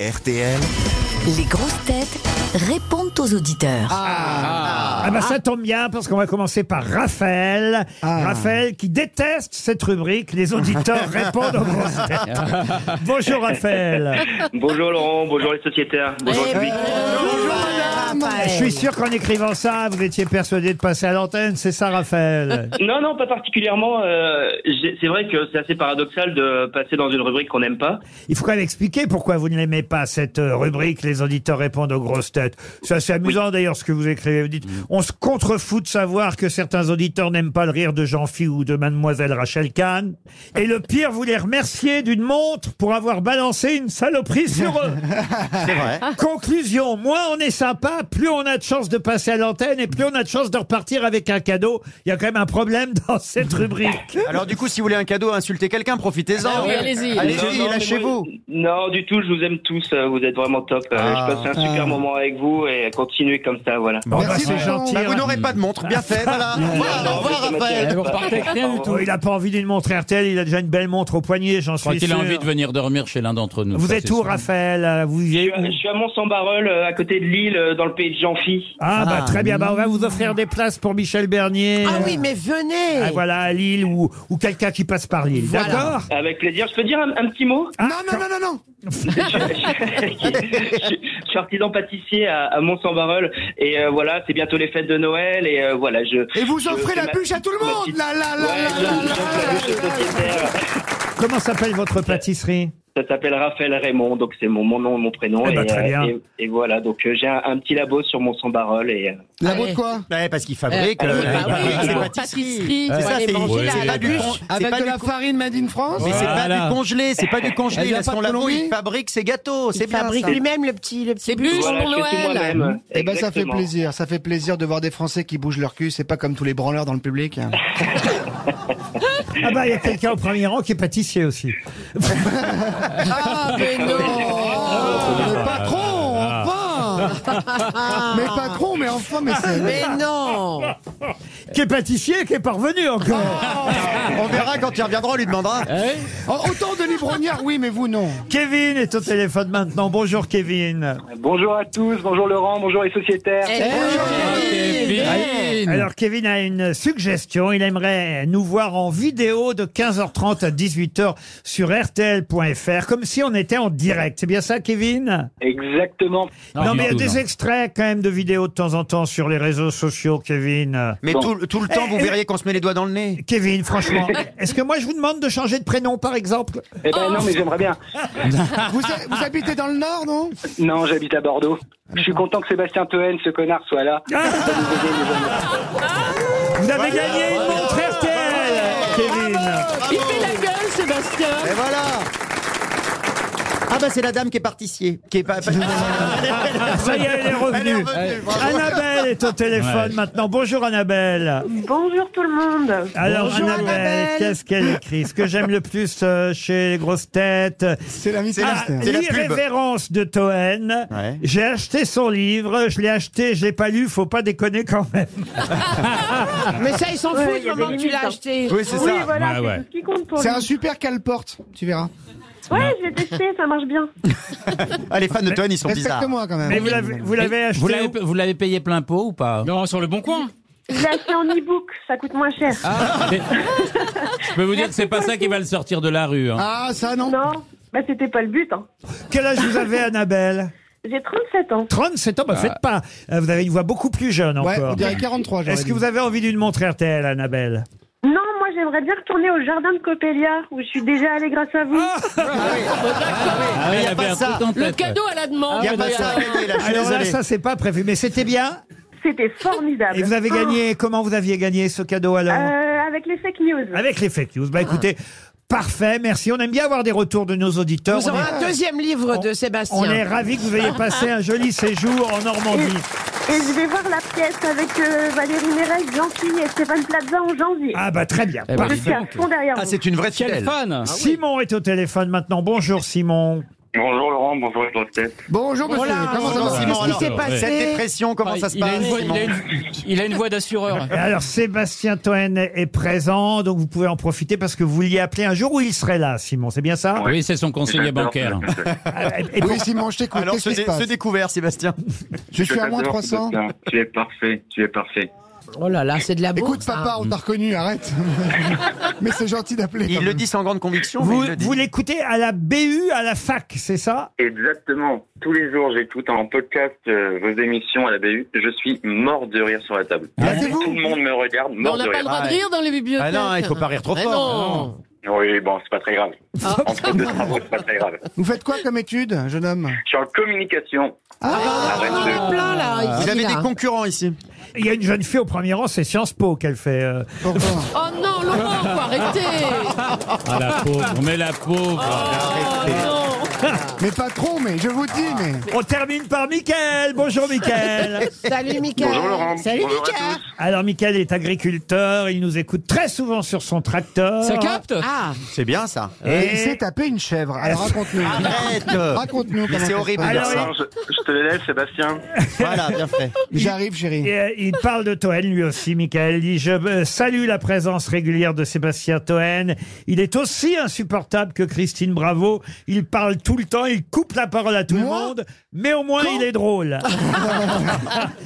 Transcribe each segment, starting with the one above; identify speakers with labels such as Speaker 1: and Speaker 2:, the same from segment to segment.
Speaker 1: RTL.
Speaker 2: Les grosses têtes répondent aux auditeurs.
Speaker 3: Ah bah ça tombe bien parce qu'on va commencer par Raphaël. Raphaël qui déteste cette rubrique. Les auditeurs répondent aux grosses têtes. Bonjour Raphaël.
Speaker 4: Bonjour Laurent, bonjour les sociétaires, bonjour le public.
Speaker 5: Ah,
Speaker 3: Je suis sûr qu'en écrivant ça, vous étiez persuadé de passer à l'antenne. C'est ça Raphaël.
Speaker 4: Non, non, pas particulièrement. euh, j'ai- c'est vrai que c'est assez paradoxal de passer dans une rubrique qu'on n'aime pas.
Speaker 3: Il faut quand même expliquer pourquoi vous ne l'aimez pas cette euh, rubrique. Les auditeurs répondent aux grosses têtes. C'est assez amusant d'ailleurs ce que vous écrivez. Vous dites, on se contrefout de savoir que certains auditeurs n'aiment pas le rire de Jean-Phi ou de Mademoiselle Rachel Kahn. Et le pire, vous les remerciez d'une montre pour avoir balancé une saloperie sur eux.
Speaker 1: C'est vrai.
Speaker 3: Conclusion, moins on est sympa, plus on a de chances de passer à l'antenne et plus on a de chances de repartir avec un cadeau. Il y a quand même un problème dans cette rubrique.
Speaker 1: Alors du coup, si vous voulez un cadeau, insulter quelqu'un, profitez-en.
Speaker 5: Ah oui, allez-y.
Speaker 4: Non, non,
Speaker 1: Allez-y,
Speaker 4: mais
Speaker 1: lâchez-vous.
Speaker 4: moi, Non, du tout, je vous aime tous, euh, vous êtes vraiment top. Euh,
Speaker 1: Ah.
Speaker 4: Je passe un super moment avec vous et continuez comme ça, voilà.
Speaker 3: Bon, bah,
Speaker 1: Merci,
Speaker 3: c'est
Speaker 1: Laurent.
Speaker 3: gentil.
Speaker 1: Bah, vous
Speaker 3: hein.
Speaker 1: n'aurez pas de montre, bien fait. Voilà. Voilà, Ah, au revoir,
Speaker 4: Ça m'intéresse
Speaker 1: Raphaël.
Speaker 4: pas.
Speaker 5: Vous repartez avec rien du
Speaker 3: Oh, il a pas envie d'une montre RTL, il a déjà une belle montre au poignet, j'en
Speaker 6: Je crois
Speaker 3: suis
Speaker 6: qu'il
Speaker 3: sûr.
Speaker 6: a envie de venir dormir chez l'un d'entre nous.
Speaker 3: Vous
Speaker 6: ça,
Speaker 3: êtes
Speaker 6: c'est
Speaker 3: où,
Speaker 6: sûr.
Speaker 3: Raphaël Euh, Vous
Speaker 4: Je
Speaker 3: vivez où
Speaker 4: je suis à Mont-Saint-Barreul, euh, à côté de Lille, euh, dans le pays de Jean-Phi.
Speaker 3: ah, bah très bien, bah, on va vous offrir des places pour Michel Bernier.
Speaker 7: Ah oui, mais venez
Speaker 3: Ah, voilà, à Lille ou, ou quelqu'un qui passe par Lille.
Speaker 7: Voilà.
Speaker 3: D'accord
Speaker 4: Avec plaisir, je peux dire un, un petit mot
Speaker 3: Ah,
Speaker 7: Non, non, non, non, non
Speaker 4: je, suis- je suis artisan pâtissier à, à Mont-Saint-Barreul et euh, voilà, c'est bientôt les fêtes de Noël et euh, voilà, je...
Speaker 7: Et vous
Speaker 4: je
Speaker 7: offrez
Speaker 4: fais
Speaker 7: la
Speaker 4: ma-
Speaker 7: bûche à tout le
Speaker 4: ma
Speaker 7: monde
Speaker 4: petite-
Speaker 7: La la la
Speaker 4: Ouais,
Speaker 7: la
Speaker 4: je- je
Speaker 7: la
Speaker 4: fais la bûche aux
Speaker 7: la la
Speaker 4: sociétaires.
Speaker 3: Comment s'appelle votre pâtisserie
Speaker 4: Ça s'appelle Raphaël Raymond, donc c'est mon, mon nom et mon prénom.
Speaker 3: Eh ben, très
Speaker 4: euh,
Speaker 3: bien.
Speaker 4: et- et voilà, donc euh, j'ai un, un petit labo sur mon Mont-Saint-Barreul et... euh,
Speaker 7: La
Speaker 5: Allez.
Speaker 7: boîte quoi
Speaker 1: Ouais, parce qu'il fabrique.
Speaker 5: Eh,
Speaker 1: euh,
Speaker 5: oui,
Speaker 1: la-
Speaker 7: Ah
Speaker 5: bah
Speaker 1: la-
Speaker 5: oui,
Speaker 1: la-
Speaker 5: bon,
Speaker 1: la-
Speaker 5: pâtisserie,
Speaker 1: C'est
Speaker 5: faut
Speaker 1: ça,
Speaker 5: aller
Speaker 1: c'est
Speaker 5: manger
Speaker 1: c'est
Speaker 5: la- la
Speaker 1: pas du
Speaker 5: bûche.
Speaker 1: con- c'est
Speaker 7: Avec
Speaker 1: pas
Speaker 7: de
Speaker 1: du
Speaker 7: la
Speaker 1: con-
Speaker 7: farine made in France
Speaker 1: Mais c'est pas
Speaker 6: Voilà.
Speaker 1: du congelé, c'est pas du congelé.
Speaker 7: Elle
Speaker 1: Il
Speaker 7: vient
Speaker 1: a
Speaker 7: pas
Speaker 1: son
Speaker 7: de
Speaker 1: labo,
Speaker 7: Colombie
Speaker 1: il fabrique ses gâteaux. C'est
Speaker 7: Il
Speaker 1: bien
Speaker 7: fabrique
Speaker 1: ça.
Speaker 7: lui-même le petit, le petit
Speaker 5: C'est plus
Speaker 4: voilà,
Speaker 5: pour
Speaker 4: je fais tout
Speaker 5: Noël.
Speaker 4: moi-même.
Speaker 7: Eh ben ça fait
Speaker 4: Exactement.
Speaker 7: plaisir, ça fait plaisir de voir des Français qui bougent leur cul, c'est pas comme tous les branleurs dans le public. hein.
Speaker 3: Ah bah, il y a quelqu'un au premier rang qui est pâtissier aussi.
Speaker 7: Ah mais non Mais patron, enfin Mais patron, mais enfin, mais c'est...
Speaker 5: Mais non
Speaker 3: Qui est pâtissier et qui est parvenu encore.
Speaker 1: On verra quand il reviendra, on lui demandera.
Speaker 7: Oh, Autant de Brognard, oui, mais vous non.
Speaker 3: Kevin est au téléphone maintenant. Bonjour, Kevin.
Speaker 8: Bonjour à tous, bonjour Laurent, bonjour les sociétaires.
Speaker 6: Ah,
Speaker 3: Ah,
Speaker 6: Mm.
Speaker 3: Alors Kevin a une suggestion, il aimerait nous voir en vidéo de 15h30 à 18h sur rtl.fr comme si on était en direct. C'est bien ça Kevin
Speaker 8: Exactement.
Speaker 3: Non, mais il y a
Speaker 6: du tout,
Speaker 3: des
Speaker 6: non.
Speaker 3: extraits quand même de vidéos de temps en temps sur les réseaux sociaux Kevin.
Speaker 1: Mais
Speaker 8: Bon.
Speaker 1: tout, tout le
Speaker 7: Eh,
Speaker 1: temps, vous verriez qu'on se met les doigts dans le nez.
Speaker 3: Kevin, franchement, est-ce que moi je vous demande de changer de prénom par exemple
Speaker 8: Eh ben non, mais j'aimerais bien.
Speaker 7: Vous, ha- vous habitez dans le Nord, non
Speaker 8: Non, j'habite à Bordeaux. Je suis content que Sébastien Toen, ce connard, soit là.
Speaker 3: Vous avez gagné une montre RTL Kevin.
Speaker 5: Il fait la gueule, Sébastien
Speaker 1: Et voilà Ah bah c'est la dame qui est pâtissier. Qui est pas, pas-
Speaker 3: Ça y est, elle est
Speaker 1: Elle est
Speaker 3: revenue.
Speaker 1: revenue, bravo.
Speaker 3: Annabelle est au téléphone
Speaker 6: Ouais.
Speaker 3: maintenant. Bonjour Annabelle.
Speaker 9: Bonjour tout le monde.
Speaker 3: Alors
Speaker 7: Bonjour,
Speaker 3: Annabelle,
Speaker 7: Annabelle.
Speaker 3: qu'est-ce qu'elle écrit Ce que j'aime le plus euh, chez les grosses têtes, ah,
Speaker 7: C'est la
Speaker 1: C'est la-
Speaker 7: mystère.
Speaker 1: c'est la pub.
Speaker 3: l'irrévérence de Toen.
Speaker 1: Ouais.
Speaker 3: J'ai acheté son livre, je l'ai acheté, je l'ai pas lu, faut pas déconner quand même.
Speaker 7: Mais ça, ils s'en
Speaker 9: Ouais, il y a des limites, hein.
Speaker 7: acheté.
Speaker 1: Oui, c'est
Speaker 9: Oui,
Speaker 1: ça.
Speaker 9: voilà,
Speaker 6: Ouais,
Speaker 9: c'est
Speaker 6: ouais.
Speaker 9: tout ce qui compte pour
Speaker 7: C'est
Speaker 9: lui.
Speaker 7: un super cale-porte, tu verras.
Speaker 9: Ouais, je l'ai testé, ça marche bien.
Speaker 1: Ah, les fans de Toen, ils sont bizarres.
Speaker 7: Respecte-moi quand
Speaker 3: Mais
Speaker 7: même.
Speaker 3: vous l'avez vous l'avez acheté
Speaker 6: Vous
Speaker 3: où
Speaker 6: l'avez- vous l'avez payé plein pot ou pas
Speaker 5: Non, sur le bon coin
Speaker 9: Je l'ai acheté en e-book, ça coûte moins cher.
Speaker 6: Ah, mais- Je peux vous dire que c'est pas ça qui va le sortir de la rue. hein.
Speaker 7: Ah, ça non.
Speaker 9: Non, bah c'était pas le but. hein.
Speaker 3: Quel âge vous avez Annabelle
Speaker 9: J'ai 37 ans.
Speaker 3: 37 ans, bah faites pas. Euh, Vous avez une voix beaucoup plus jeune
Speaker 7: Ouais,
Speaker 3: encore.
Speaker 7: on dirait 43, j'aurais
Speaker 3: Est-ce que
Speaker 7: dit.
Speaker 3: vous avez envie d'une montre RTL Annabelle
Speaker 9: Non, moi j'aimerais bien retourner au jardin de Coppelia où je suis déjà allée grâce à vous.
Speaker 6: Ah ouais,
Speaker 1: il y a
Speaker 6: elle
Speaker 1: pas
Speaker 6: avait un
Speaker 1: ça.
Speaker 6: truc en
Speaker 5: Le
Speaker 6: tête.
Speaker 5: cadeau à la demande
Speaker 1: Il n'y a pas ça à régler, là, je suis
Speaker 3: Alors là,
Speaker 1: désolé.
Speaker 3: ça c'est pas prévu, mais c'était bien.
Speaker 9: C'était formidable.
Speaker 3: Et vous avez gagné, comment vous aviez gagné ce cadeau
Speaker 9: Oh.
Speaker 3: alors
Speaker 9: Euh, Avec les fake news.
Speaker 3: Avec les fake news. Bah écoutez, parfait, merci. On aime bien avoir des retours de nos auditeurs.
Speaker 5: Vous
Speaker 3: on,
Speaker 5: aurez
Speaker 3: est,
Speaker 5: un deuxième livre de Sébastien.
Speaker 3: on est ravis que vous ayez passé un joli séjour en Normandie.
Speaker 9: Et je vais voir la pièce avec euh, Valérie Mérez, Jean-Pierre et Stéphane Plaza en janvier.
Speaker 3: Ah bah très bien.
Speaker 6: Eh ben,
Speaker 3: parfait.
Speaker 9: je suis à fond derrière
Speaker 1: Ah,
Speaker 9: vous.
Speaker 1: c'est une vraie
Speaker 5: Quel
Speaker 1: fidèle.
Speaker 5: fan
Speaker 3: Simon est au téléphone maintenant. Bonjour Simon.
Speaker 8: Bonjour Laurent, bonjour les grosses têtes.
Speaker 7: Bonjour monsieur,
Speaker 5: Voilà,
Speaker 7: comment ça
Speaker 1: bonjour,
Speaker 7: va
Speaker 1: Simon,
Speaker 5: qu'est-ce qui s'est
Speaker 1: alors,
Speaker 5: passé
Speaker 1: Cette dépression,
Speaker 6: Ah,
Speaker 1: comment ça se
Speaker 10: il, a
Speaker 1: passe
Speaker 10: une voix, il,
Speaker 1: Simon
Speaker 10: a une, il a une voix d'assureur.
Speaker 1: Ah.
Speaker 3: Et Alors Sébastien Toen est présent, donc vous pouvez en profiter parce que vous vouliez appeler un jour où il serait là, Simon, c'est bien ça Euh,
Speaker 6: Oui, c'est son conseiller
Speaker 8: J'adore
Speaker 6: bancaire.
Speaker 8: ce matin.
Speaker 3: Et- et pour-
Speaker 7: Oui Simon, je t'écoute,
Speaker 1: Alors,
Speaker 7: qu'est-ce
Speaker 1: ce,
Speaker 7: qui se
Speaker 1: dé-
Speaker 7: passe
Speaker 1: ce découvert, Sébastien.
Speaker 7: Je suis à
Speaker 8: J'adore
Speaker 7: moins
Speaker 8: ce
Speaker 7: 300.
Speaker 8: matin. Tu es parfait, tu es parfait.
Speaker 5: Oh là là, c'est de la bourse.
Speaker 7: Écoute papa, on t'a reconnu, arrête. Mais c'est gentil d'appeler. quand
Speaker 1: Ah. Il le
Speaker 7: même.
Speaker 1: dit sans grande conviction, mais
Speaker 3: Vous,
Speaker 1: il le dit.
Speaker 3: vous l'écoutez à la BU, à la fac, c'est ça
Speaker 8: Exactement. Tous les jours, j'écoute en podcast euh, vos émissions à la BU. Je suis mort de rire sur la table.
Speaker 7: Ah, c'est
Speaker 8: Tout
Speaker 7: vous
Speaker 8: le monde me regarde,
Speaker 5: Mais
Speaker 8: mort
Speaker 5: on n'a
Speaker 8: de
Speaker 5: pas le
Speaker 8: rire.
Speaker 5: droit de rire dans les bibliothèques.
Speaker 1: Ah non, il faut pas rire trop
Speaker 5: Mais
Speaker 1: fort,
Speaker 5: non.
Speaker 8: Oui, bon, c'est pas très grave.
Speaker 5: Ah.
Speaker 8: Entre deux travaux, c'est pas très grave.
Speaker 7: Vous faites quoi comme étude, jeune homme
Speaker 8: Je suis en communication.
Speaker 5: Ah,
Speaker 8: Arrête
Speaker 5: on en a
Speaker 8: de-
Speaker 5: plein là.
Speaker 1: Vous
Speaker 5: ici,
Speaker 1: avez des
Speaker 5: là.
Speaker 1: concurrents ici.
Speaker 3: Il y a une jeune fille au premier rang, c'est Sciences Po qu'elle fait. euh.
Speaker 7: Pourquoi
Speaker 5: Oh non, Laurent, faut arrêter.
Speaker 6: Ah, la pauvre. Mais la pauvre.
Speaker 10: Ah.
Speaker 5: Ah,
Speaker 7: Mais pas trop, mais je vous dis, mais...
Speaker 3: On termine par Mickaël. Bonjour Mickaël.
Speaker 5: Salut Mickaël.
Speaker 8: Bonjour Laurent.
Speaker 5: Salut
Speaker 8: Bonjour à
Speaker 5: Mickaël.
Speaker 8: tous.
Speaker 3: Alors Mickaël est agriculteur, il nous écoute très souvent sur son tracteur.
Speaker 10: Ça capte
Speaker 5: Ah,
Speaker 1: C'est bien ça.
Speaker 7: Et il s'est
Speaker 3: Et...
Speaker 7: tapé une chèvre. Alors raconte-nous.
Speaker 1: Ah. Arrête
Speaker 5: Ah.
Speaker 7: Raconte-nous comment
Speaker 1: Mais
Speaker 7: ça se
Speaker 1: c'est horrible.
Speaker 7: passe.
Speaker 3: Alors,
Speaker 1: ça.
Speaker 8: Non, je, je te l'élève, Sébastien.
Speaker 1: Voilà, bien fait.
Speaker 7: J'arrive, chérie.
Speaker 3: et, euh, il parle de Toen lui aussi, Michael. dit Je euh, salue la présence régulière de Sébastien Toen. Il est aussi insupportable que Christine Bravo. Il parle tout le temps, il coupe la parole à tout le
Speaker 7: Moi
Speaker 3: monde, mais au moins il est drôle.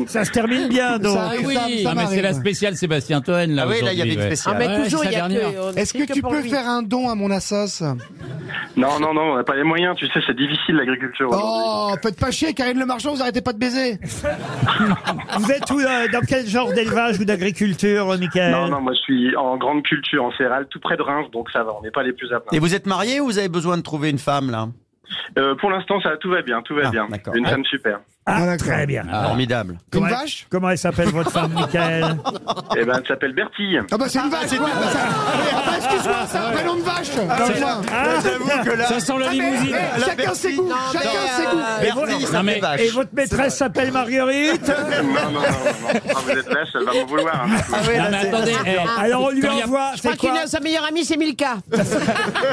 Speaker 3: Ça se termine bien donc.
Speaker 7: Ça arrive,
Speaker 10: oui.
Speaker 7: ça- ça
Speaker 10: Non,
Speaker 6: Ah, mais c'est la
Speaker 7: m'arrive.
Speaker 6: spéciale Sébastien Toen, là.
Speaker 1: Ah oui, là, il y avait
Speaker 6: aujourd'hui,
Speaker 1: une
Speaker 6: ouais.
Speaker 1: spéciale.
Speaker 5: Ah, mais
Speaker 10: Ouais,
Speaker 5: toujours,
Speaker 10: c'est
Speaker 5: il y a
Speaker 10: la dernière.
Speaker 5: que.
Speaker 7: Est-ce que tu peux faire un don à mon assos
Speaker 8: Non, non, non, on n'a pas les moyens. Tu sais, c'est difficile l'agriculture aujourd'hui.
Speaker 7: Oh, faites pas chier, Karine Le Marchand, vous arrêtez pas de baiser.
Speaker 3: Vous êtes où, euh, dans quel genre d'élevage ou d'agriculture, euh, Michael
Speaker 8: Non, non, moi je suis en grande culture, en céréales, tout près de Reims, donc ça va, on n'est pas les plus à
Speaker 1: Et
Speaker 8: plaindre.
Speaker 1: vous êtes marié ou vous avez besoin de trouver une femme là
Speaker 8: Euh, pour l'instant, ça tout va bien, tout va
Speaker 1: Ah,
Speaker 8: bien.
Speaker 1: d'accord.
Speaker 8: Une
Speaker 1: Ouais.
Speaker 8: femme super.
Speaker 3: Ah,
Speaker 7: Ah, d'accord.
Speaker 3: très bien.
Speaker 1: Formidable.
Speaker 7: Une
Speaker 3: Ouais.
Speaker 7: vache
Speaker 3: Comment elle s'appelle votre femme, Michael
Speaker 8: Eh ben, elle s'appelle Bertille.
Speaker 7: Ah bah c'est une vache. ouais, bah, ça- Ah bah, excuse-moi, c'est un prénom de vache.
Speaker 1: Ah
Speaker 7: Excuse-moi.
Speaker 1: J'avoue que là.
Speaker 10: Ça
Speaker 6: Ah,
Speaker 10: sent la limousine.
Speaker 7: Eh,
Speaker 1: la
Speaker 7: Chacun ses
Speaker 1: Bertille.
Speaker 7: goûts.
Speaker 1: Non,
Speaker 7: Chacun ses goûts.
Speaker 1: Ah, Bertie, ça
Speaker 6: Non,
Speaker 1: fait
Speaker 6: mais-
Speaker 1: vache.
Speaker 3: Et votre maîtresse s'appelle Marguerite
Speaker 8: Non, non, non, non, non. Quand vous êtes lâche, elle va me vouloir. hein.
Speaker 1: Ah
Speaker 6: Non, mais attendez. eh,
Speaker 3: Ah, Alors on lui
Speaker 6: quand il y a-
Speaker 3: envoie,
Speaker 5: Je
Speaker 3: c'est
Speaker 5: crois
Speaker 3: quoi
Speaker 5: que sa meilleure amie, c'est Milka.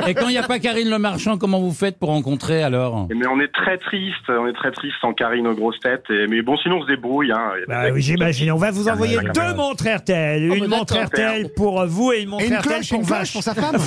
Speaker 6: Et quand il n'y a pas Karine Le Marchand, comment vous faites pour rencontrer alors
Speaker 8: Mais on est très triste, on est très triste sans Karine aux grosses têtes. Et... Mais bon, sinon on se débrouille. Hein. Il y a des
Speaker 3: Bah
Speaker 8: mecs
Speaker 3: oui,
Speaker 8: qui-
Speaker 3: j'imagine. On va vous envoyer
Speaker 6: ouais,
Speaker 3: deux
Speaker 6: ouais.
Speaker 3: montres RTL. Une
Speaker 5: bah,
Speaker 3: montre
Speaker 5: d'accord.
Speaker 3: RTL pour vous et une montre
Speaker 7: Et une
Speaker 3: RTL
Speaker 7: cloche,
Speaker 3: pour
Speaker 7: une cloche
Speaker 3: vache.
Speaker 7: pour sa femme.